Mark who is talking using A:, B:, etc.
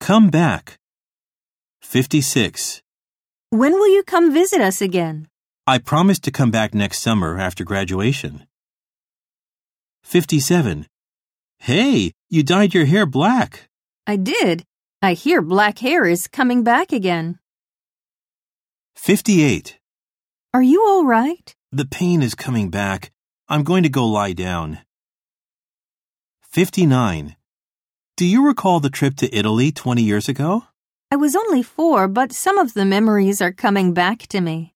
A: Come back. 56.
B: When will you come visit us again?
A: I promise to come back next summer after graduation. 57. Hey, you dyed your hair black.
B: I did. I hear black hair is coming back again.
A: 58.
B: Are you all right?
A: The pain is coming back. I'm going to go lie down. 59. Do you recall the trip to Italy 20 years ago?
B: I was only four, but some of the memories are coming back to me.